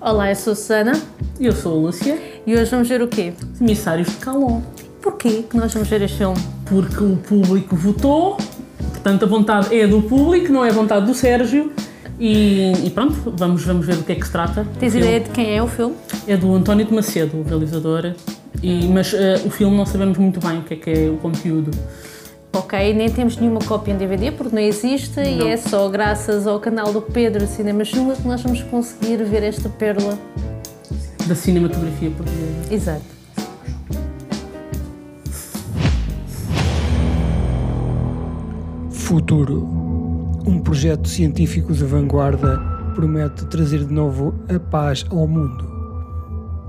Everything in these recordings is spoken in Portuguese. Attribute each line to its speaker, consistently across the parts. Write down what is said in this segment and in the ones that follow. Speaker 1: Olá, eu sou a Susana,
Speaker 2: E eu sou a Lúcia,
Speaker 1: e hoje vamos ver o quê?
Speaker 2: emissários de Calon.
Speaker 1: Porquê que nós vamos ver este filme?
Speaker 2: Porque o público votou, portanto a vontade é do público, não é a vontade do Sérgio. E, e pronto, vamos, vamos ver do que é que se trata.
Speaker 1: Tens
Speaker 2: O filme
Speaker 1: ideia de quem é o filme?
Speaker 2: É do António de Macedo, o realizador. E, mas eh, o filme não sabemos muito bem o que é que é o conteúdo.
Speaker 1: Ok, nem temos nenhuma cópia em DVD porque não existe e é só graças ao canal do Pedro de Cinema Jula que nós vamos conseguir ver esta pérola.
Speaker 2: Da cinematografia portuguesa.
Speaker 1: Exato.
Speaker 3: Futuro. Um projeto científico de vanguarda promete trazer de novo a paz ao mundo.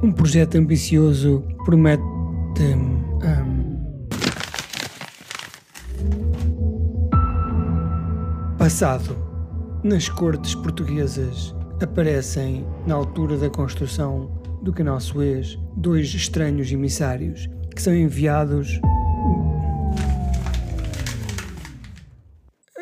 Speaker 3: Um projeto ambicioso promete. hum, hum, Passado. Nas cortes portuguesas aparecem, na altura da construção do canal Suez, dois estranhos emissários que são enviados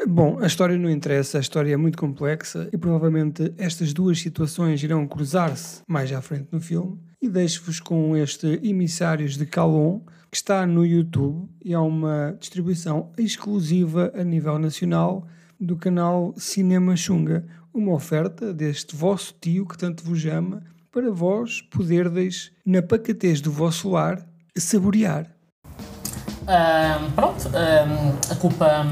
Speaker 3: Bom, a história não interessa, a história é muito complexa e provavelmente estas duas situações irão cruzar-se mais à frente no filme. E deixo-vos com este Emissários de Calon, que está no YouTube e é uma distribuição exclusiva a nível nacional do canal Cinema Xunga, uma oferta deste vosso tio que tanto vos ama, para vós poderdes, na pacatez do vosso lar, saborear.
Speaker 2: pronto, a culpa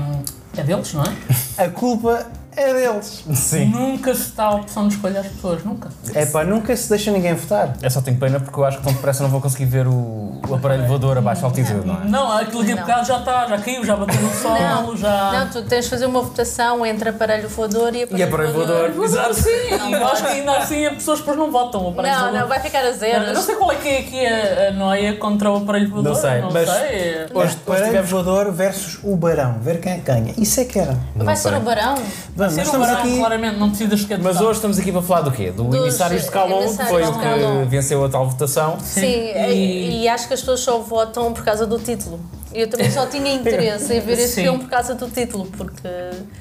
Speaker 2: é deles, não é?
Speaker 4: A culpa é deles.
Speaker 5: Sim.
Speaker 2: Nunca se dá a opção de escolher as pessoas, nunca.
Speaker 4: É pá, nunca se deixa ninguém votar.
Speaker 5: Eu só tenho pena porque eu acho que tão depressa não vou conseguir ver o, o aparelho voador a baixa altitude, não é?
Speaker 2: Não, aquele que bocado já está, já caiu, já bateu no solo, já.
Speaker 6: Ah. Não, tu tens de fazer uma votação entre aparelho voador e aparelho,
Speaker 5: E aparelho voador.
Speaker 2: Exato, sim. Eu acho que ainda assim as pessoas depois não votam. o aparelho
Speaker 6: Não,
Speaker 2: voador.
Speaker 6: não, vai ficar a zero.
Speaker 2: Eu não sei qual é que é aqui a, a noia contra o aparelho voador.
Speaker 5: Não sei,
Speaker 2: não
Speaker 5: mas-
Speaker 2: sei.
Speaker 4: Hoje, hoje
Speaker 5: tivemos-
Speaker 4: voador versus o barão. Ver quem é que ganha. Isso é que era.
Speaker 6: vai ser o barão?
Speaker 4: Vamos,
Speaker 2: Ser
Speaker 4: nós
Speaker 2: um
Speaker 4: estamos
Speaker 2: barão,
Speaker 4: aqui.
Speaker 2: claramente, não precisas de
Speaker 5: Mas hoje estamos aqui para falar do quê? Do
Speaker 6: Dos
Speaker 5: Emissários de Calon, que foi
Speaker 6: Emissários
Speaker 5: o
Speaker 6: de Calon.
Speaker 5: que venceu a tal votação.
Speaker 6: Sim, é, e... e acho que as pessoas só votam por causa do título. Eu também só tinha interesse em ver este
Speaker 2: Sim.
Speaker 6: filme por causa do título, porque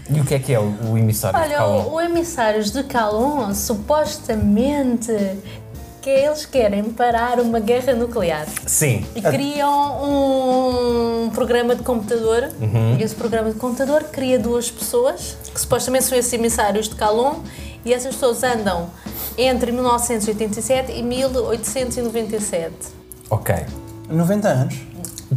Speaker 5: E o que é que é o, o Emissário de
Speaker 6: Olha,
Speaker 5: Calon?
Speaker 6: o, o Emissários de Calon, supostamente, que eles querem parar uma guerra nuclear.
Speaker 5: Sim.
Speaker 6: E criam um programa de computador. E esse programa de computador cria duas pessoas, que supostamente são esses emissários de Calon, e essas pessoas andam entre 1987 e 1897.
Speaker 5: Ok.
Speaker 4: 90 anos.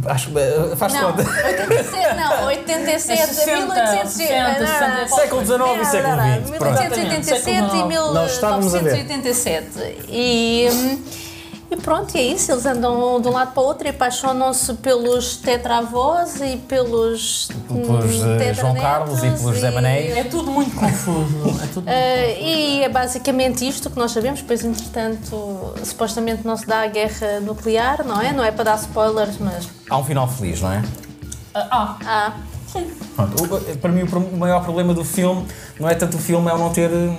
Speaker 5: Acho que eh, faz
Speaker 6: Não,
Speaker 5: conta.
Speaker 6: 87, não, 87,
Speaker 2: É 60,
Speaker 6: Ah,
Speaker 2: 60,
Speaker 6: 1887.
Speaker 2: 60.
Speaker 5: Século XIX e século XX. Pronto.
Speaker 6: 1887 e
Speaker 4: Nós estávamos a ver.
Speaker 6: 1987. E, hum, e pronto, e é isso. Eles andam de um lado para o outro e apaixonam-se pelos tetravós e pelos.
Speaker 5: Pelos,
Speaker 6: hum,
Speaker 5: eh, João
Speaker 6: tetranetos
Speaker 5: Carlos e pelos Zé Manéis.
Speaker 2: É tudo muito confuso. É tudo...
Speaker 6: eh, e é basicamente isto que nós sabemos, pois entretanto, supostamente não se dá a guerra nuclear, não é? Não é para dar spoilers, mas.
Speaker 5: Há um final feliz, não é?
Speaker 2: Ah,
Speaker 6: Ah,
Speaker 5: Pronto. O- eh, para mim o pro- o maior problema do filme não é tanto o filme, é eu não ter eh,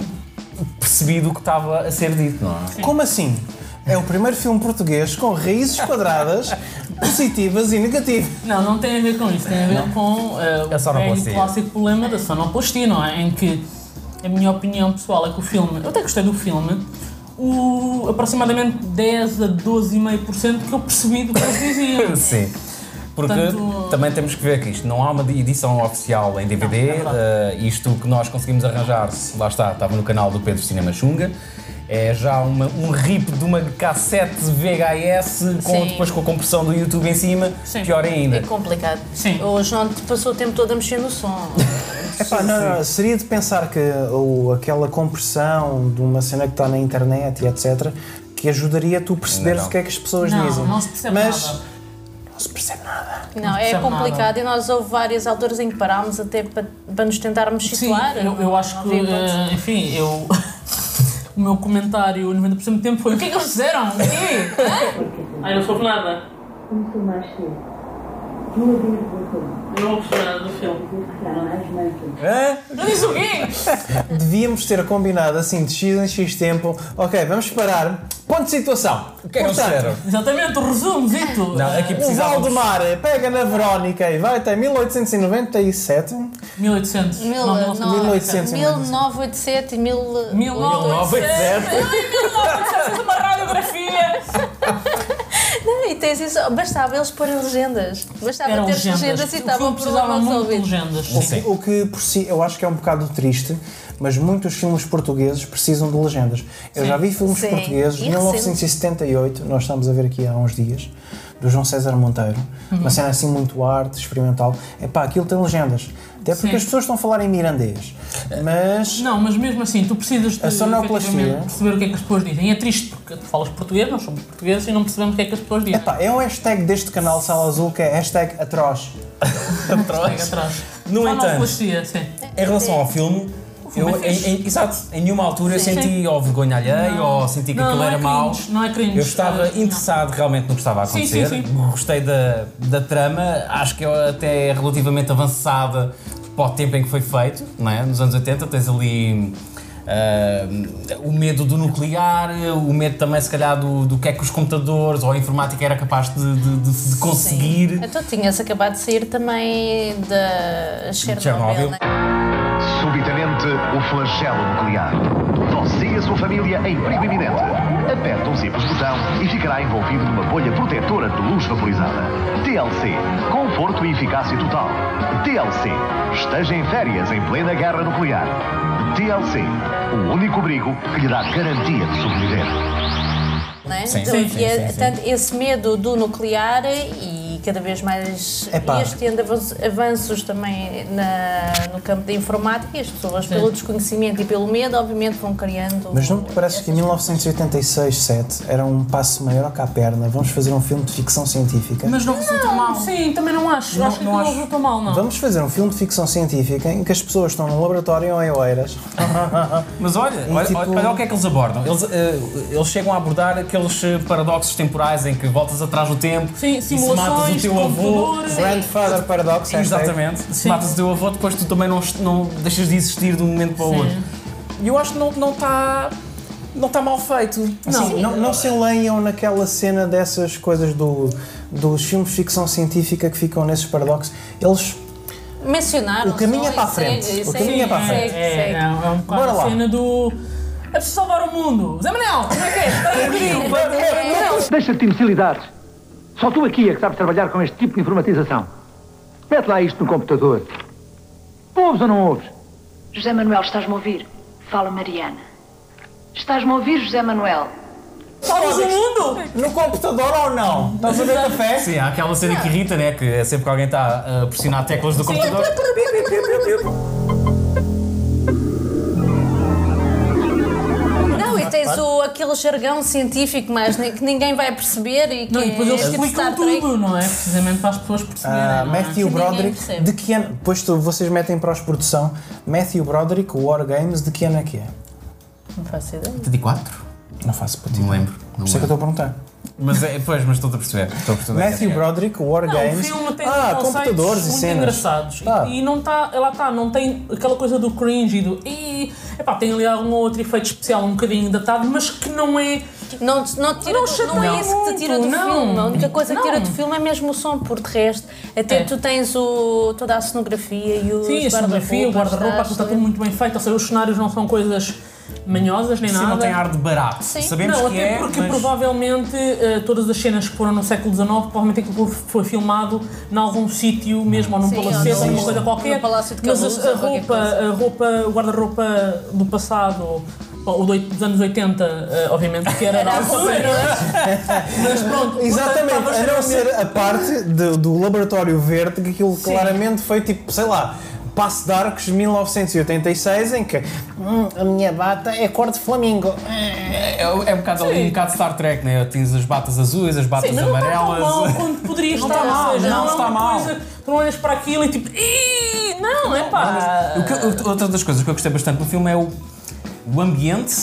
Speaker 5: percebido o que estava a ser dito, não é?
Speaker 4: Como assim? É o primeiro filme português com raízes quadradas, positivas e negativas.
Speaker 2: não, não tem a ver com isso. Tem a ver com eh,
Speaker 5: A
Speaker 2: o velho
Speaker 5: sonoplastia.
Speaker 2: clássico problema da sonoplastia, não é? Em que, a minha opinião pessoal é que o filme... Eu até gostei do filme. O aproximadamente 10 a 12,5% que eu percebi do que eles diziam.
Speaker 5: Sim. Porque
Speaker 2: Portanto-
Speaker 5: também temos que ver que isto não há uma edição oficial em
Speaker 2: é
Speaker 5: DVD, eh, isto que nós conseguimos arranjar, lá está, estava no canal do Pedro Cinema Xunga, é já uma- um rip de uma cassete VHS com,
Speaker 6: Sim.
Speaker 5: depois com a compressão do YouTube em cima,
Speaker 2: Sim.
Speaker 5: pior ainda.
Speaker 6: é complicado.
Speaker 2: Sim.
Speaker 6: O João te passou o tempo todo a mexer no som.
Speaker 4: Epá, não, É não, seria de pensar que ou, aquela compressão de uma cena que está na internet e etc. que ajudaria tu a perceberes
Speaker 5: não.
Speaker 4: o que é que as pessoas
Speaker 2: Não,
Speaker 4: dizem.
Speaker 2: não se percebe
Speaker 4: Mas
Speaker 2: nada.
Speaker 4: não se percebe nada.
Speaker 6: Não, é
Speaker 2: percebe
Speaker 6: complicado e nós houve várias alturas em que parámos até para, para nos tentarmos
Speaker 2: Sim,
Speaker 6: situar.
Speaker 2: eu, eu acho que,
Speaker 6: Não havia hipótese.
Speaker 2: eh, enfim, eu. o meu comentário 90% do tempo foi: o que é que eles fizeram? O quê? Hã? Ai, não soube nada.
Speaker 7: Como somaste? De 1 a 10,1.
Speaker 2: Eu não gostei nada do filme.
Speaker 4: Hã?
Speaker 2: Não diz o quê?
Speaker 4: Devíamos ter combinado assim de X em X tempo. Ok, vamos parar. Ponto de situação.
Speaker 5: O que é que eles fizeram?
Speaker 2: Exatamente, o resumo, Zito. Ah,
Speaker 5: Não, aqui
Speaker 4: o
Speaker 5: precisávamos...
Speaker 4: Valdemar pega na Verónica e vai até 1897.
Speaker 2: 1800.
Speaker 6: Mil-
Speaker 2: não,
Speaker 6: não,
Speaker 4: 1900,
Speaker 6: 1987 e
Speaker 2: 1900.
Speaker 5: 1907.
Speaker 2: Fez é uma radiografia.
Speaker 6: Não, e tens isso. Bastava eles porem legendas. Bastava
Speaker 2: Eram
Speaker 6: ter
Speaker 2: legendas.
Speaker 6: legendas e
Speaker 2: O
Speaker 6: estava
Speaker 2: filme
Speaker 6: o problema
Speaker 2: precisava muito de
Speaker 6: resolvido.
Speaker 2: legendas.
Speaker 5: Sim.
Speaker 4: O que por si eu acho que é um bocado triste, mas muitos filmes portugueses precisam de legendas. Eu já vi filmes
Speaker 6: Sim.
Speaker 4: portugueses de
Speaker 6: E
Speaker 4: 1978, nós estamos a ver aqui há uns dias, do João César Monteiro, uma cena assim muito arte, experimental. Epá, aquilo tem legendas. Até porque
Speaker 2: Sim.
Speaker 4: as pessoas estão a falar em mirandês, mas
Speaker 2: Não, mas mesmo assim, tu precisas de
Speaker 4: A sonoplastia.
Speaker 2: efetivamente, perceber o que é que as pessoas dizem. E é triste porque tu falas português, nós somos portugueses e não percebemos o que é que as pessoas dizem.
Speaker 4: Epá, é um hashtag deste canal Sala Azul que é hashtag atroz.
Speaker 2: Pega atrás.
Speaker 5: No entanto,
Speaker 2: Sonoplastia, sim.
Speaker 5: Em relação ao filme,
Speaker 2: filme
Speaker 5: eu,
Speaker 2: é fixe.
Speaker 5: em- em- exato, em nenhuma altura eu senti ou vergonha alheia ou oh, senti que
Speaker 2: Não,
Speaker 5: aquilo
Speaker 2: não é
Speaker 5: era mau.
Speaker 2: cringe, não é cringe.
Speaker 5: Eu estava
Speaker 2: Ah, não.
Speaker 5: interessado realmente no que estava a
Speaker 2: Sim,
Speaker 5: acontecer.
Speaker 2: sim, sim.
Speaker 5: Gostei da, da trama, acho que é até relativamente avançada para o tempo em que foi feito, não é? Nos anos 80 tens ali. ah, o medo do nuclear, o medo também, se calhar, do, do que é que os computadores ou a informática era capaz de, de- de- de conseguir.
Speaker 2: É
Speaker 6: Então tinhas acabado de sair também da
Speaker 5: Chernobyl.
Speaker 6: Chernobyl. né?
Speaker 7: Subitamente, o flagelo nuclear. Você e a sua família em perigo iminente. Aperte um simples botão e ficará envolvido numa bolha protetora de luz vaporizada. TLC. Conforto e eficácia total. TLC. Esteja em férias em plena guerra nuclear. TLC. O único abrigo que lhe dá garantia de sobreviver.
Speaker 6: né?
Speaker 5: Sim,
Speaker 6: Então,
Speaker 5: sim, sim,
Speaker 6: e é-
Speaker 5: sim, sim.
Speaker 6: Tanto esse medo do nuclear e cada vez mais
Speaker 4: Epá.
Speaker 6: este tendo avanços, avanços também na- no campo da informática, e as pessoas pelo desconhecimento e pelo medo, obviamente, vão criando.
Speaker 4: Mas não te parece que em 1986, 7 era um passo maior que a perna? Vamos fazer um filme de ficção científica.
Speaker 2: Mas não resulta mal. Sim, também não acho. Não, acho que
Speaker 5: não
Speaker 2: não
Speaker 5: acho.
Speaker 2: resulta mal, não.
Speaker 4: Vamos fazer um filme de ficção científica em que as pessoas estão num laboratório em Oeiras.
Speaker 5: Mas olha, olha,
Speaker 4: tipo-
Speaker 5: olha, olha o que é que eles abordam. Eles, eh, eles chegam a abordar aqueles eh, paradoxos temporais em que voltas atrás no tempo
Speaker 2: Sim,
Speaker 5: e se matas o
Speaker 2: simulações,
Speaker 5: teu avô. é?
Speaker 2: computadores.
Speaker 4: Grandfather Paradox, hashtag.
Speaker 5: Exatamente. Se
Speaker 2: Sim.
Speaker 5: matas o teu avô, depois tu também não, não deixas de existir de um momento para o outro. E eu acho que não está. Não tá- não está mal feito.
Speaker 4: Assim, não, não se enleiam naquela cena dessas coisas do, dos filmes de ficção científica que ficam nesses paradoxos. Eles.
Speaker 6: Mencionaram.
Speaker 4: O caminho é para a frente. O caminho é para a frente.
Speaker 2: É, é, é um
Speaker 4: Bora
Speaker 2: bocado
Speaker 4: lá.
Speaker 2: a cena do. É preciso salvar o mundo! Zé Manel, como é que é? Espera aí um bocadinho.
Speaker 8: Deixa-te de imbecilidades. Só tu aqui é que sabes trabalhar com este tipo de informatização. Mete lá isto no computador. Ouves ou não ouves?
Speaker 9: José Manuel, estás-me a ouvir? Fala Mariana. Estás-me a ouvir, José Manuel?
Speaker 2: Salvas o mundo!
Speaker 4: No computador ou não? Estás a ver café?
Speaker 5: Sim, há aquela cena que irrita, né? Que é sempre que alguém está a pressionar teclas do computador.
Speaker 6: Não, e tens o, aquele jargão científico, mas ni- que ninguém vai perceber e que
Speaker 2: Não, e depois eles
Speaker 6: é tipo
Speaker 2: explicam
Speaker 6: Star Trek.
Speaker 2: tudo, não é? Precisamente para as pessoas perceberem.
Speaker 4: Ah,
Speaker 2: não é?
Speaker 4: Matthew
Speaker 6: ninguém
Speaker 4: Broderick.
Speaker 6: percebe.
Speaker 4: De que ano? Depois tu- vocês metem para os produção. Matthew Broderick, War Games, de que ano é que é?
Speaker 6: Não faço ideia.
Speaker 5: 74?
Speaker 4: Não faço putinho.
Speaker 5: Não lembro. Não
Speaker 4: Por isso é que eu
Speaker 5: lembro. é
Speaker 4: estou a perguntar.
Speaker 5: Mas é, pois, mas estou a perceber. Estou a perceber.
Speaker 4: Matthew Broderick, War
Speaker 2: Não, o
Speaker 4: Games.
Speaker 2: É um filme tem
Speaker 4: ah,
Speaker 2: conceitos
Speaker 4: computadores e
Speaker 2: muito
Speaker 4: cenas.
Speaker 2: engraçados. E-
Speaker 4: Ah.
Speaker 2: E, não está, ela está, não tem aquela coisa do cringe e do. E, epá, tem ali algum outro efeito especial um bocadinho datado, mas que não é.
Speaker 6: Não, te- não, te tira
Speaker 2: Não
Speaker 6: do-
Speaker 2: chateia
Speaker 6: não é isso que te tira do
Speaker 2: muito, não.
Speaker 6: filme. A única coisa que tira
Speaker 2: Não.
Speaker 6: do filme é mesmo o som, por de resto. Até
Speaker 2: É.
Speaker 6: tu tens o, toda a cenografia e os
Speaker 2: Sim, a cenografia, o
Speaker 6: guarda-roupas,
Speaker 2: guarda-roupa,
Speaker 6: estás-
Speaker 2: aquilo está tudo muito bem feito. Ou seja, os cenários não são coisas manhosas nem
Speaker 5: Sim,
Speaker 2: nada.
Speaker 5: não tem ar de barato. Sabemos
Speaker 2: não,
Speaker 5: que
Speaker 2: até
Speaker 5: é,
Speaker 2: porque
Speaker 5: mas-
Speaker 2: provavelmente eh, todas as cenas que foram no século XIX, provavelmente aquilo foi filmado em algum sítio mesmo, ou num
Speaker 6: Sim,
Speaker 2: palacete,
Speaker 6: ou
Speaker 2: ou
Speaker 6: num-
Speaker 2: numa coisa qualquer.
Speaker 6: num palácio de
Speaker 2: mas
Speaker 6: Calusa,
Speaker 2: a, a
Speaker 6: qualquer
Speaker 2: roupa,
Speaker 6: coisa.
Speaker 2: a roupa, o guarda-roupa do passado, ou o do- dos anos 80, eh, obviamente, que era da altura, mas pronto.
Speaker 4: Exatamente,
Speaker 2: portanto,
Speaker 4: a não
Speaker 2: estava
Speaker 4: ser a parte de- do laboratório verde, que aquilo claramente foi tipo, sei lá, Passo de Arcos 1986, em que "Hum, a minha bata é cor de flamingo.
Speaker 5: É, é um bocado ali, um bocado Star Trek, né? Tens as batas azuis, as batas
Speaker 2: Sim, mas não está tão mal
Speaker 5: amarelas.
Speaker 2: quanto poderia
Speaker 5: Não
Speaker 2: estar.
Speaker 5: está mal,
Speaker 2: ou seja,
Speaker 5: não
Speaker 2: é
Speaker 5: está
Speaker 2: uma
Speaker 5: mal.
Speaker 2: Coisa, tu não olhas para aquilo e tipo, "Ih, não, é
Speaker 5: O
Speaker 2: pá.
Speaker 5: que- out- outra das coisas que eu gostei bastante no filme é o, o ambiente,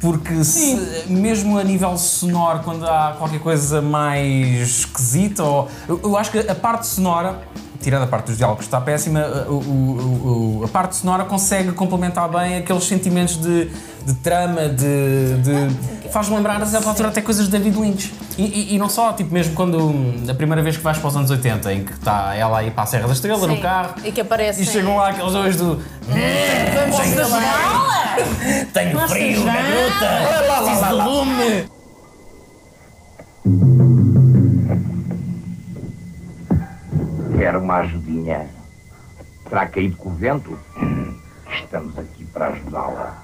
Speaker 5: porque se- mesmo a nível sonoro, quando há qualquer coisa mais esquisita, ou, eu, eu acho que a parte sonora tirando a parte dos diálogos que está péssima, o- o- o- a parte sonora consegue complementar bem aqueles sentimentos de, de trama, de, de- faz-me lembrar a certa altura até coisas de David Lynch. E, e- e não só, tipo, mesmo quando a primeira vez que vais para os anos 80, em que está ela aí para a Serra da Estrela no
Speaker 6: Sim.
Speaker 5: carro
Speaker 6: E que aparece.
Speaker 5: e chegam lá aqueles dois do
Speaker 6: Vamos falar.
Speaker 5: Tenho frio na gruta, preciso de lume.
Speaker 10: Quero uma ajudinha. Terá caído com o vento? Estamos aqui para ajudá-la.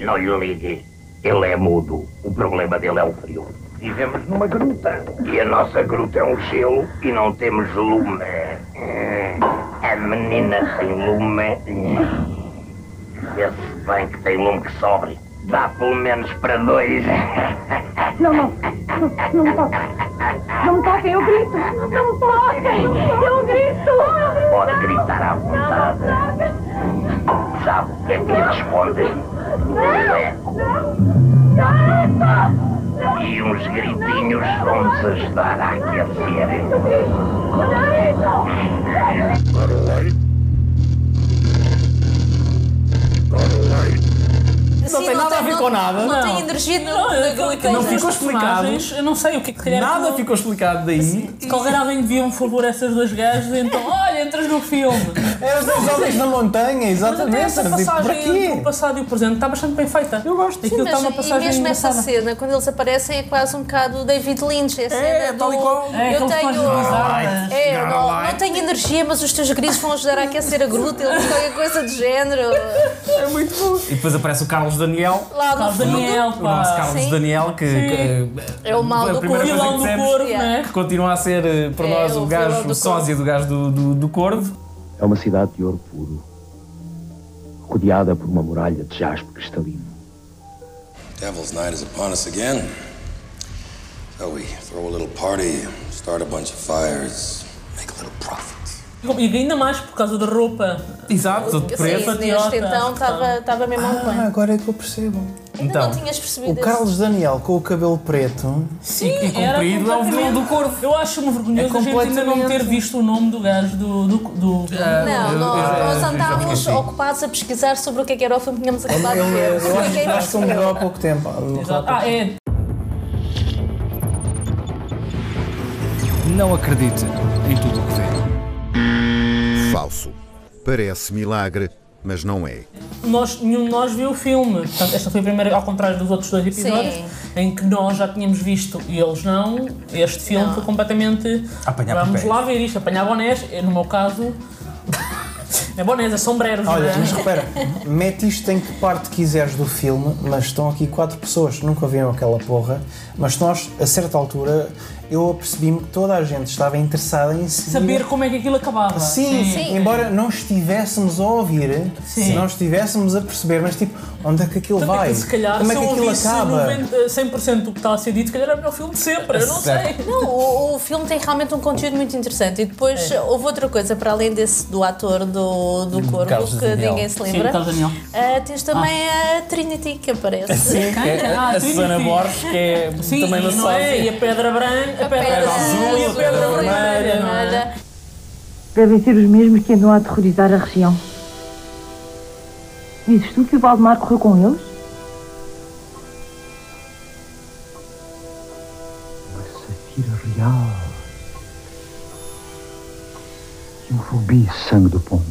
Speaker 10: Não lhe ligue. Ele é mudo. O problema dele é o frio. Vivemos numa gruta. E a nossa gruta é um gelo e não temos lume. É, A menina sem lume. Vê-se bem que tem lume que sobre. Dá pelo menos para dois.
Speaker 9: Não, não. Não, não me toquem. Não me toquem, eu grito. Não me toquem. Eu grito.
Speaker 10: Pode gritar à vontade. Sabe o que é que lhe responde? Um eco. E uns gritinhos vão-nos ajudar a aquecer.
Speaker 6: Não tem nada a ver com nada. é Não tem energia
Speaker 2: é
Speaker 6: nenhuma da gruta.
Speaker 5: Não ficou
Speaker 2: Estas
Speaker 5: explicado.
Speaker 2: personagens, Eu não sei o que é que queria.
Speaker 5: Nada ficou explicado daí.
Speaker 2: Se qualquer alguém devia me favor a essas duas gajas, então, olha, entras no filme.
Speaker 4: Era os dois homens na montanha,
Speaker 2: Mas até
Speaker 4: exatamente.
Speaker 2: essa
Speaker 4: Era tipo, para
Speaker 2: passagem é entre o
Speaker 4: quê?
Speaker 2: passado e o presente está bastante bem feita. Eu gosto. Aquilo
Speaker 6: Sim,
Speaker 2: está
Speaker 6: mas,
Speaker 2: uma
Speaker 6: e
Speaker 2: tá passagem
Speaker 6: mesmo essa
Speaker 2: engraçada.
Speaker 6: cena, quando eles aparecem, é quase um bocado David Lynch. É, a cena do,
Speaker 5: tal e qual.
Speaker 2: É,
Speaker 6: eu
Speaker 2: aqueles
Speaker 6: tenho.
Speaker 2: fãs bizarros.
Speaker 6: É, eu não, não tenho energia, mas os teus gritos vão ajudar a aquecer a gruta, eles qualquer coisa de género.
Speaker 5: E depois aparece o Carlos Daniel.
Speaker 6: Lá no
Speaker 2: Carlos
Speaker 6: fundo,
Speaker 2: Daniel,
Speaker 5: O nosso
Speaker 2: pá.
Speaker 5: Carlos
Speaker 6: Sim.
Speaker 5: Daniel, que, que-
Speaker 6: É o mal
Speaker 5: a
Speaker 6: do corpo.
Speaker 5: primeira coisa que
Speaker 2: Vilão do
Speaker 5: dissemos,
Speaker 2: corvo,
Speaker 6: Yeah.
Speaker 2: né?
Speaker 5: que continua a ser eh, para
Speaker 6: É,
Speaker 5: nós
Speaker 6: o
Speaker 5: o gajo,
Speaker 6: vilão do
Speaker 5: o sósia do gajo do, do, do corvo.
Speaker 10: É uma cidade de ouro puro, rodeada por uma muralha de jaspe cristalino.
Speaker 11: Devil's Night is upon us again. So we throw a little party, start a bunch of fires, make a little profit.
Speaker 2: E ainda mais por causa da roupa.
Speaker 5: Exato, todo
Speaker 6: Sim, neste
Speaker 5: preto.
Speaker 2: patriota.
Speaker 6: então estava estava mesmo um
Speaker 4: Ah,
Speaker 6: plano.
Speaker 4: agora é que eu percebo.
Speaker 6: Ainda
Speaker 5: Então,
Speaker 6: não tinhas percebido
Speaker 4: O é-
Speaker 6: esse-
Speaker 4: Carlos Daniel com o cabelo preto.
Speaker 2: É Sim,
Speaker 5: e comprido é o vilão do
Speaker 2: corvo. Eu acho-me vergonhoso
Speaker 4: É
Speaker 2: a gente ainda não ter
Speaker 4: completamente-
Speaker 2: visto o nome do gajo do. do, do-
Speaker 6: Não, nós,
Speaker 5: Eu- eu- eu-
Speaker 6: nós
Speaker 5: eu já me
Speaker 6: andámos
Speaker 5: esqueci.
Speaker 6: ocupados a pesquisar sobre o que é que era o filme que tínhamos acabado de
Speaker 4: Eu,
Speaker 6: ver. é
Speaker 4: eu acho
Speaker 6: Ninguém
Speaker 4: que acho que ele
Speaker 6: percebeu.
Speaker 4: morreu há pouco tempo. Morreu há pouco
Speaker 2: Ah, é.
Speaker 12: Não acredite em tudo o que vê.
Speaker 11: Falso. Parece milagre, mas não é.
Speaker 2: Nós, nenhum de nós viu o filme. Portanto, esta foi a primeira, ao contrário dos outros dois episódios,
Speaker 6: Sim.
Speaker 2: em que nós já tínhamos visto e eles não. Este filme foi completamente.
Speaker 5: Apanhar
Speaker 2: Vamos
Speaker 5: papéis.
Speaker 2: lá ver isto. Apanhar bonés, no meu caso. É bonés, é sombreros. não
Speaker 4: Olha,
Speaker 2: é?
Speaker 4: mas repara, mete isto em que parte quiseres do filme, mas estão aqui quatro pessoas que nunca viram aquela porra, mas nós, a certa altura, eu apercebi-me que toda a gente estava interessada em seguir-
Speaker 2: Saber como é que aquilo acabava.
Speaker 4: Sim, embora não estivéssemos a ouvir,
Speaker 2: Sim.
Speaker 4: não estivéssemos a perceber, mas tipo, onde é que aquilo
Speaker 2: Tanto é
Speaker 4: vai?
Speaker 2: que, se calhar,
Speaker 4: Como é
Speaker 2: se
Speaker 4: que
Speaker 2: eu
Speaker 4: aquilo
Speaker 2: ouvisse eh,
Speaker 4: acaba? É
Speaker 2: 90, 100% do que está a ser dito, se calhar era o melhor filme de sempre. Eu não sei.
Speaker 6: Não, o, o filme tem realmente um conteúdo muito interessante. E depois
Speaker 2: É.
Speaker 6: houve outra coisa, para além desse do ator do, do Corvo,
Speaker 5: Carlos
Speaker 6: que
Speaker 5: Daniel.
Speaker 6: ninguém se
Speaker 2: Sim,
Speaker 6: lembra.
Speaker 2: Carlos Daniel.
Speaker 6: ah, tens também a Trinity que aparece.
Speaker 5: É,
Speaker 2: Ah,
Speaker 5: a
Speaker 2: Trinity.
Speaker 5: Susana Borges, que é
Speaker 2: Sim,
Speaker 5: também
Speaker 2: e,
Speaker 5: uma
Speaker 2: não é?
Speaker 5: sósia.
Speaker 2: e a pedra branca, a pedra,
Speaker 6: Pedra
Speaker 2: azul e a
Speaker 6: azul,
Speaker 2: pedra
Speaker 6: a
Speaker 2: vermelha, não é?
Speaker 6: vermelha.
Speaker 9: Devem ser os mesmos que andam a aterrorizar a região. Dizes tu que o Valdemar correu com eles?
Speaker 10: Safira real. E um rubi sangue do pombo.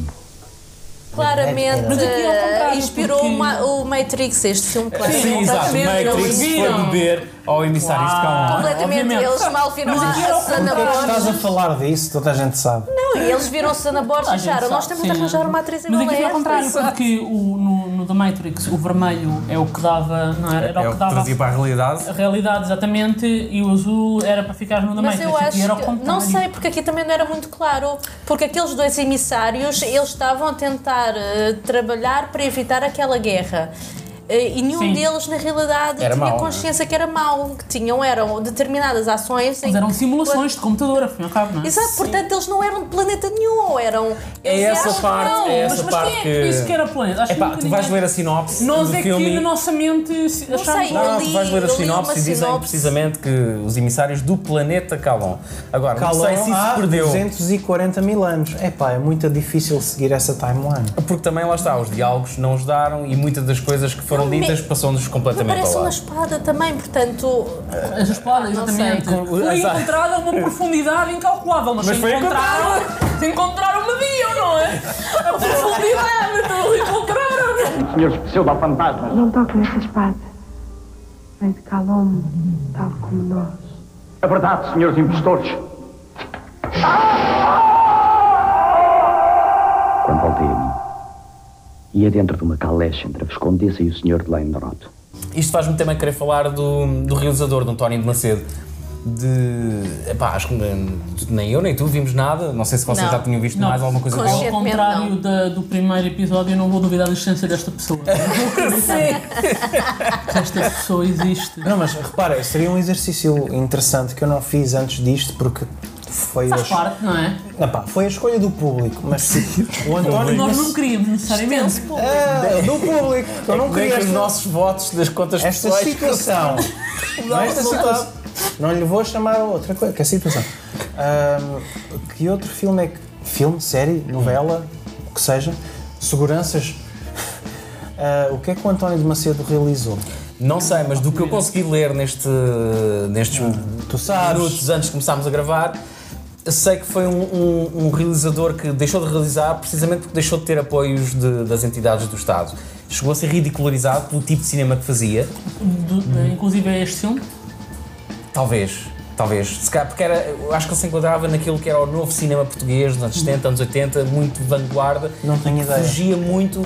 Speaker 6: Claramente
Speaker 2: Mas aqui é ao contrário,
Speaker 6: Eh, inspirou
Speaker 2: porque-
Speaker 6: o Ma- o Matrix, este filme. Claramente.
Speaker 5: Sim, exato.
Speaker 2: completamente,
Speaker 5: Matrix
Speaker 2: eles
Speaker 5: foi
Speaker 2: viram.
Speaker 5: beber ao emissário de Calma.
Speaker 6: Completamente,
Speaker 2: Obviamente.
Speaker 6: eles mal viram
Speaker 2: Mas
Speaker 6: a,
Speaker 2: aqui era
Speaker 6: a
Speaker 2: o
Speaker 6: Susana
Speaker 4: Porquê é que estás
Speaker 6: Borges.
Speaker 4: a falar disso? Toda a gente sabe.
Speaker 6: Não, e eles viram a Susana Borges e
Speaker 2: A gente
Speaker 6: acharam, nós
Speaker 2: sabe,
Speaker 6: temos de
Speaker 2: sim.
Speaker 6: arranjar uma atriz é
Speaker 2: Mas aqui foi ao contrário,
Speaker 6: igual a esta.
Speaker 2: porque o- no, no The Matrix o vermelho é o que dava, não era, era
Speaker 5: É
Speaker 2: o
Speaker 5: o
Speaker 2: que
Speaker 5: que
Speaker 2: dava
Speaker 5: trazia para a realidade.
Speaker 2: a realidade exatamente e o azul era para ficar no The
Speaker 6: Mas eu
Speaker 2: Matrix.
Speaker 6: acho
Speaker 2: e era ao
Speaker 6: que,
Speaker 2: contrário.
Speaker 6: não sei, porque aqui também não era muito claro, porque aqueles dois emissários, eles estavam a tentar eh, trabalhar para evitar aquela guerra. Eh, Eh, E nenhum
Speaker 2: Sim.
Speaker 6: deles, na realidade,
Speaker 2: Era
Speaker 6: tinha
Speaker 5: é?
Speaker 2: mau,
Speaker 6: consciência que era mau. Que tinham, eram determinadas ações.
Speaker 2: Mas eram simulações de computador, afinal e ao cabo, não é?
Speaker 6: Exato, portanto, eles não eram de planeta nenhum, ou eram.
Speaker 5: É
Speaker 6: eles
Speaker 5: essa
Speaker 6: eram-
Speaker 5: parte,
Speaker 6: não,
Speaker 5: é essa
Speaker 6: mas- mas
Speaker 5: parte
Speaker 6: quem é
Speaker 5: que...
Speaker 2: isso que era planeta. Acho que
Speaker 5: Epá,
Speaker 2: nunca
Speaker 5: tu vais
Speaker 2: ninguém-
Speaker 5: ler a sinopse
Speaker 2: Nós
Speaker 5: do
Speaker 2: é
Speaker 5: filme...
Speaker 2: que na nossa mente
Speaker 6: Não
Speaker 2: achamos
Speaker 6: sei,
Speaker 5: Não, não, Tá, tu vais ler a
Speaker 6: Eu li uma
Speaker 5: sinopse e dizem
Speaker 6: sinopse.
Speaker 5: precisamente que os emissários do planeta Calon. Agora,
Speaker 4: Calão
Speaker 5: não sei se isso
Speaker 4: há
Speaker 5: perdeu.
Speaker 4: 240 mil anos. É pá, é muito difícil seguir essa timeline.
Speaker 5: Porque também lá está, os diálogos não ajudaram e muitas das coisas que foram
Speaker 6: Não, me-
Speaker 5: ditas passam-nos
Speaker 6: Mas
Speaker 5: completamente ao
Speaker 6: parece uma
Speaker 5: lado.
Speaker 6: espada também, portanto.
Speaker 2: As espadas,
Speaker 6: não
Speaker 2: exatamente.
Speaker 6: sei.
Speaker 2: Foi
Speaker 5: Exato.
Speaker 2: encontrada uma profundidade incalculável, mas,
Speaker 5: Mas
Speaker 2: se
Speaker 5: foi
Speaker 2: encontraram. Se encontraram uma dia, não é? A profundidade, então encontraram.
Speaker 8: Senhores pseudo-fantasmas.
Speaker 9: Não toque nessa espada. Vem de calome, tal como nós.
Speaker 8: É verdade, senhores impostores.
Speaker 13: Quando voltei a mim, ia dentro de uma caleche entre a Viscondessa e o Sr. de Leinrod.
Speaker 5: Isto faz-me também querer falar do, do realizador, do António de Macedo. De. Epá, acho que hum, nem eu nem tu vimos nada. Não sei se vocês
Speaker 2: Não.
Speaker 5: já tinham visto
Speaker 2: Não.
Speaker 5: mais alguma coisa
Speaker 2: Ao
Speaker 5: dele.
Speaker 2: contrário da- do primeiro episódio, eu não vou duvidar da existência desta pessoa. Sim. Esta pessoa existe.
Speaker 4: Não, mas repara, seria um exercício interessante que eu não fiz antes disto porque foi
Speaker 2: Faz
Speaker 4: as-
Speaker 2: parte, não é?
Speaker 4: Epá, foi a escolha do público, mas tipo, o António.
Speaker 2: Nós não queríamos necessariamente.
Speaker 4: É, do público. Eu não queria
Speaker 5: os
Speaker 4: esta-
Speaker 5: nossos votos das contas
Speaker 4: Esta
Speaker 5: pessoais.
Speaker 4: situação. Não, é esta situação. Não lhe vou chamar a outra coisa, que é a situação. Ahm, que outro filme é que. Filme, série, novela, o que seja, seguranças. Ah, o que é que o António de Macedo realizou?
Speaker 5: Não sei, mas do que eu consegui ler neste, nestes minutos antes de começarmos a gravar, sei que foi um, um- um realizador que deixou de realizar precisamente porque deixou de ter apoios de- das entidades do Estado. Chegou a ser ridicularizado pelo tipo de cinema que fazia.
Speaker 2: Do- Inclusive é este filme.
Speaker 5: Talvez, talvez. Se calhar, porque era, eu acho que ele se enquadrava naquilo que era o novo cinema português dos anos 70, anos 80, muito de vanguarda.
Speaker 4: Não tenho
Speaker 5: que
Speaker 4: ideia.
Speaker 5: Fugia muito.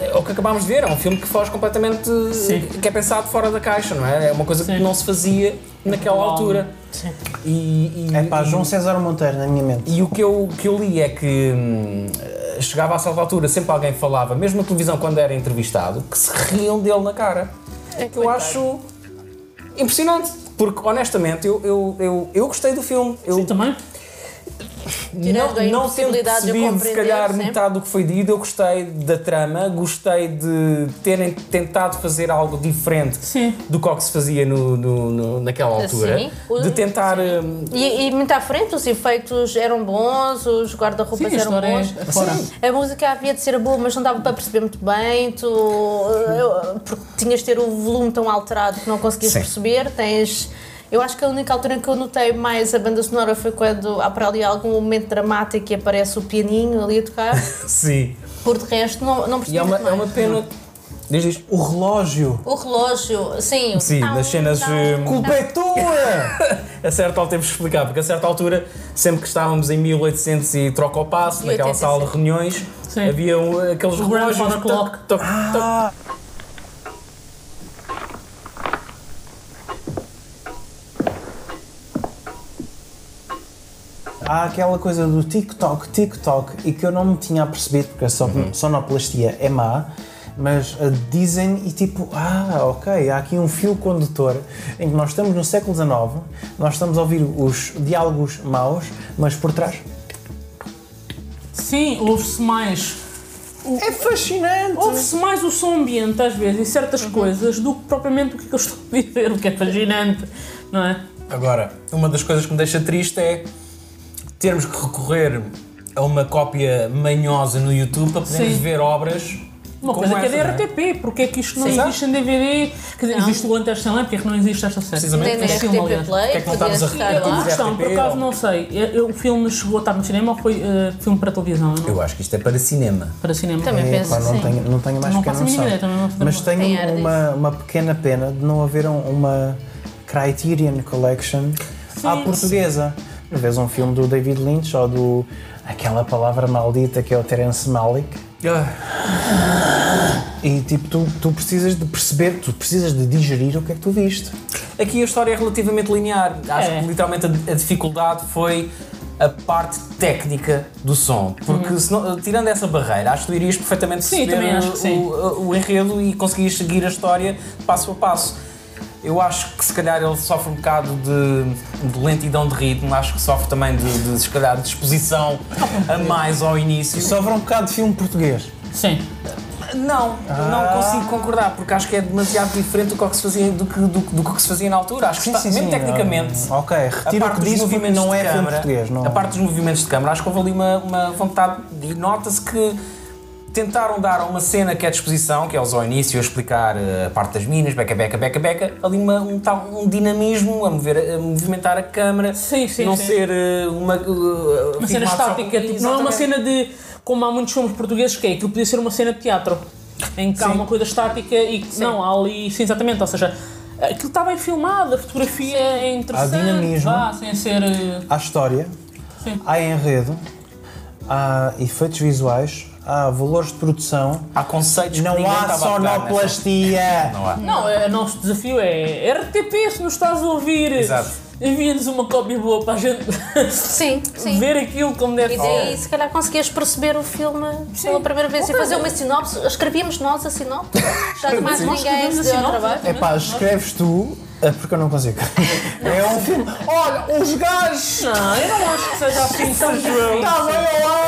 Speaker 5: eh, Ao que acabámos de ver, é um filme que foge completamente. eh, que é pensado fora da caixa, não é? É uma coisa que não se fazia
Speaker 2: É
Speaker 5: naquela altura.
Speaker 2: Sim.
Speaker 5: E,
Speaker 4: é pá, João César Monteiro, na minha mente.
Speaker 5: E o que eu, que eu li é que hum, chegava a certa altura, sempre alguém falava, mesmo na televisão quando era entrevistado, que se riam dele na cara. É que eu acho impressionante, porque honestamente eu, eu, eu, eu gostei do filme. Eu Sim,
Speaker 2: também.
Speaker 5: Não,
Speaker 6: Tirando a
Speaker 5: não tendo
Speaker 6: impossibilidade de eu
Speaker 5: percebido, se
Speaker 6: compreender,
Speaker 5: calhar,
Speaker 6: sim.
Speaker 5: metade do que foi dito, eu gostei da trama, gostei de terem tentado fazer algo diferente do que o que se fazia no, no- no- naquela altura.
Speaker 6: Ah, Sim. O-
Speaker 5: De tentar. hum,
Speaker 6: E, e muito à frente, os efeitos eram bons, os guarda-roupas
Speaker 5: Sim, a
Speaker 6: eram
Speaker 5: história
Speaker 6: bons.
Speaker 5: é fora. Sim.
Speaker 6: A música havia de ser boa, mas não dava para perceber muito bem. Tu, eh, eu- porque tinhas de ter o volume tão alterado que não conseguias
Speaker 5: Sim.
Speaker 6: perceber. Tens. Eu acho que a única altura em que eu notei mais a banda sonora foi quando há para ali algum momento dramático e aparece o pianinho ali a tocar.
Speaker 5: Sim.
Speaker 6: Por de resto, não, não percebi.
Speaker 5: E é uma,
Speaker 6: muito
Speaker 5: é
Speaker 6: mais.
Speaker 5: uma pena. Diz isto.
Speaker 4: O relógio.
Speaker 6: O relógio, sim. um
Speaker 5: Sim,
Speaker 6: Tau,
Speaker 5: nas cenas.
Speaker 6: tau,
Speaker 5: hum,
Speaker 6: tau.
Speaker 5: a certa altura temos que explicar, porque a certa altura, sempre que estávamos em 1800 e troca ao passo, naquela
Speaker 2: 1800,
Speaker 5: sala de reuniões, havia um- aqueles
Speaker 2: O grandfather
Speaker 5: relógios. toc,
Speaker 2: clock.
Speaker 5: toc, toc.
Speaker 4: Ah, Há aquela coisa do TikTok, TikTok, e que eu não me tinha apercebido porque a son- sonoplastia é má, mas ah, dizem e tipo, ah, ok, há aqui um fio condutor em que nós estamos no século XIX, nós estamos a ouvir os diálogos maus, mas por trás.
Speaker 2: Sim, ouve-se mais.
Speaker 4: É fascinante!
Speaker 2: Ouve-se mais o som ambiente, às vezes, em certas coisas, do que propriamente o que é que eu estou a dizer, o que é fascinante, não é?
Speaker 5: Agora, uma das coisas que me deixa triste é termos que recorrer a uma cópia manhosa no YouTube para podermos
Speaker 2: Sim.
Speaker 5: ver obras.
Speaker 2: Uma
Speaker 5: como
Speaker 2: coisa que é
Speaker 5: essa, não
Speaker 2: DRTP, porque é que isto não
Speaker 5: Sim.
Speaker 2: existe em DVD? Quer dizer, existe o Hunter Stanley, porque é que não existe esta série?
Speaker 5: Precisamente Nem
Speaker 2: Este
Speaker 5: na
Speaker 2: filme,
Speaker 5: RTP
Speaker 2: aliás.
Speaker 5: Play, Porque é que não podias estamos a- estar
Speaker 2: É uma
Speaker 5: lá.
Speaker 2: questão, por
Speaker 5: RTP,
Speaker 2: acaso
Speaker 5: ou-
Speaker 2: não sei. Eu- eu- O filme chegou a estar no cinema ou foi eh, filme para televisão? Eu,
Speaker 5: Eu acho que isto é para cinema.
Speaker 2: Para cinema.
Speaker 4: É, pá, não, tenho, não tenho mais
Speaker 2: Não
Speaker 4: pequena
Speaker 2: faço a mínima
Speaker 4: noção.
Speaker 2: ideia, também não faço a
Speaker 4: Mas
Speaker 2: mínima ideia. Tem ar
Speaker 4: tenho uma, uma pequena pena de não haver um- uma Criterion Collection à
Speaker 2: Sim.
Speaker 4: portuguesa. Vês um filme do David Lynch ou do. aquela palavra maldita que é o Terence Malick.
Speaker 5: Ah.
Speaker 4: E tipo, tu, tu precisas de perceber, tu precisas de digerir o que é que tu viste.
Speaker 5: Aqui a história é relativamente linear. Acho
Speaker 2: É.
Speaker 5: que literalmente a, a dificuldade foi a parte técnica do som. Porque,
Speaker 2: Uhum.
Speaker 5: senão- tirando essa barreira, acho que tu irias perfeitamente
Speaker 2: Sim,
Speaker 5: perceber
Speaker 2: também acho que sim.
Speaker 5: O, o enredo e conseguirias seguir a história passo a passo. Eu acho que se calhar ele sofre um bocado de, de lentidão de ritmo, acho que sofre também de, de se calhar, de exposição a mais ao início.
Speaker 4: Sofre um bocado de filme português.
Speaker 2: Sim.
Speaker 5: Não,
Speaker 2: Ah.
Speaker 5: não consigo concordar, porque acho que é demasiado diferente do que, o que se fazia, do que, do, que- do que se fazia na altura. Acho que está, mesmo tecnicamente.
Speaker 4: ah, Ok,
Speaker 5: a
Speaker 4: retiro o
Speaker 5: parte
Speaker 4: que
Speaker 5: dos
Speaker 4: disse porque
Speaker 5: movimentos
Speaker 4: não é
Speaker 5: de
Speaker 4: filme
Speaker 5: câmara,
Speaker 4: português. Não.
Speaker 5: a parte dos movimentos de câmara, acho que houve ali uma, uma vontade e nota-se que tentaram dar a uma cena que é de exposição, que é eles ao início a explicar eh, a parte das minas, beca, beca, beca, beca, ali uma- um, tal- um dinamismo a, mover, a movimentar a câmara,
Speaker 2: sim,
Speaker 5: não
Speaker 2: sim.
Speaker 5: ser eh, uma, eh,
Speaker 2: Uma cena
Speaker 5: filmado só-
Speaker 2: estática, tipo, não é uma
Speaker 5: Exatamente.
Speaker 2: cena de. Como há muitos filmes portugueses, que é aquilo podia ser uma cena de teatro, em que há uma coisa estática e que não, há ali. Sim, exatamente, ou seja, aquilo está bem filmado, a fotografia é interessante.
Speaker 4: dinamismo.
Speaker 2: Vá, sem ser. eh,
Speaker 4: Há história,
Speaker 2: Sim.
Speaker 4: há enredo, há efeitos visuais, há valores de produção.
Speaker 5: Há conceitos
Speaker 4: Não
Speaker 2: ninguém tá
Speaker 4: há
Speaker 2: estava a pegar
Speaker 4: sonoplastia.
Speaker 5: Não há.
Speaker 2: Não, é, o nosso desafio é RTP, se nos estás a ouvir,
Speaker 5: Exato.
Speaker 2: envia-nos uma cópia boa para a gente
Speaker 6: sim,
Speaker 5: Uhum.
Speaker 6: sim.
Speaker 2: ver aquilo como deve
Speaker 6: E
Speaker 2: ser.
Speaker 6: daí, é se calhar, conseguias perceber o filme pela primeira vez e
Speaker 2: Ok.
Speaker 6: fazer Oh. uma sinopse. Escrevíamos nós a sinopse. Já mais
Speaker 2: Sim.
Speaker 6: ninguém
Speaker 2: Nós
Speaker 6: se
Speaker 2: escrevemos
Speaker 6: deu
Speaker 2: a
Speaker 6: ao
Speaker 2: sinopse,
Speaker 6: trabalho.
Speaker 4: É pá, escreves tu, é porque eu não consigo. É um filme. Olha, os gajos!
Speaker 2: Não, eu não acho que seja assim
Speaker 4: é
Speaker 2: tão difícil.
Speaker 4: Estavam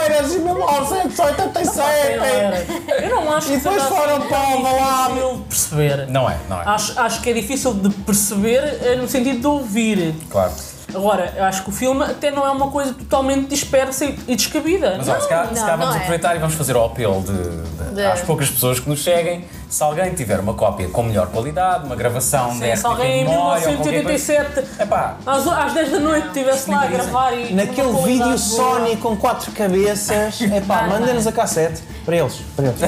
Speaker 4: Oeiras em
Speaker 2: Eu não acho que
Speaker 4: 1987! É, E depois
Speaker 2: seja
Speaker 4: foram
Speaker 2: assim
Speaker 4: para
Speaker 2: tão
Speaker 4: Alvalade.
Speaker 2: difícil perceber.
Speaker 5: Não é, não é.
Speaker 2: Acho, acho que é difícil de perceber eh, no sentido de ouvir.
Speaker 5: Claro.
Speaker 2: Agora, eu acho que o filme até não é uma coisa totalmente dispersa e e descabida. é?
Speaker 5: Mas olha, se calhar, se calhar vamos aproveitar e vamos fazer o apelo de, de-
Speaker 2: De-
Speaker 5: às poucas pessoas que nos cheguem. Se alguém tiver uma cópia com melhor qualidade, uma gravação
Speaker 2: Sim, se
Speaker 5: desta
Speaker 2: alguém em
Speaker 5: em memória ou qualquer coisa-
Speaker 2: 1987 às, às 10 da noite estivesse lá a gravar e.
Speaker 4: Naquele
Speaker 2: uma
Speaker 4: vídeo
Speaker 2: qualidade boa.
Speaker 4: Sony com quatro cabeças, é pá, manda-nos a cassete para eles. Para eles.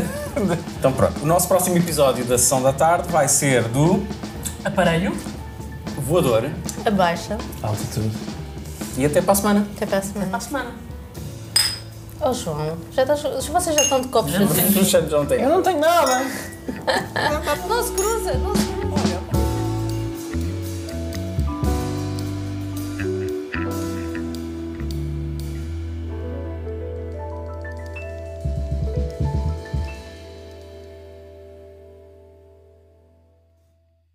Speaker 5: Então pronto, o nosso próximo episódio da Sessão da Tarde vai ser do
Speaker 2: Aparelho
Speaker 5: Voador
Speaker 6: Abaixa.
Speaker 5: Altitude. E até para a semana.
Speaker 6: Até para a semana. Para a semana. Oh, João, já estás, vocês já estão de copos cheios.
Speaker 5: Não tem.
Speaker 4: Eu não tenho nada.
Speaker 6: Não se cruza, não se cruza.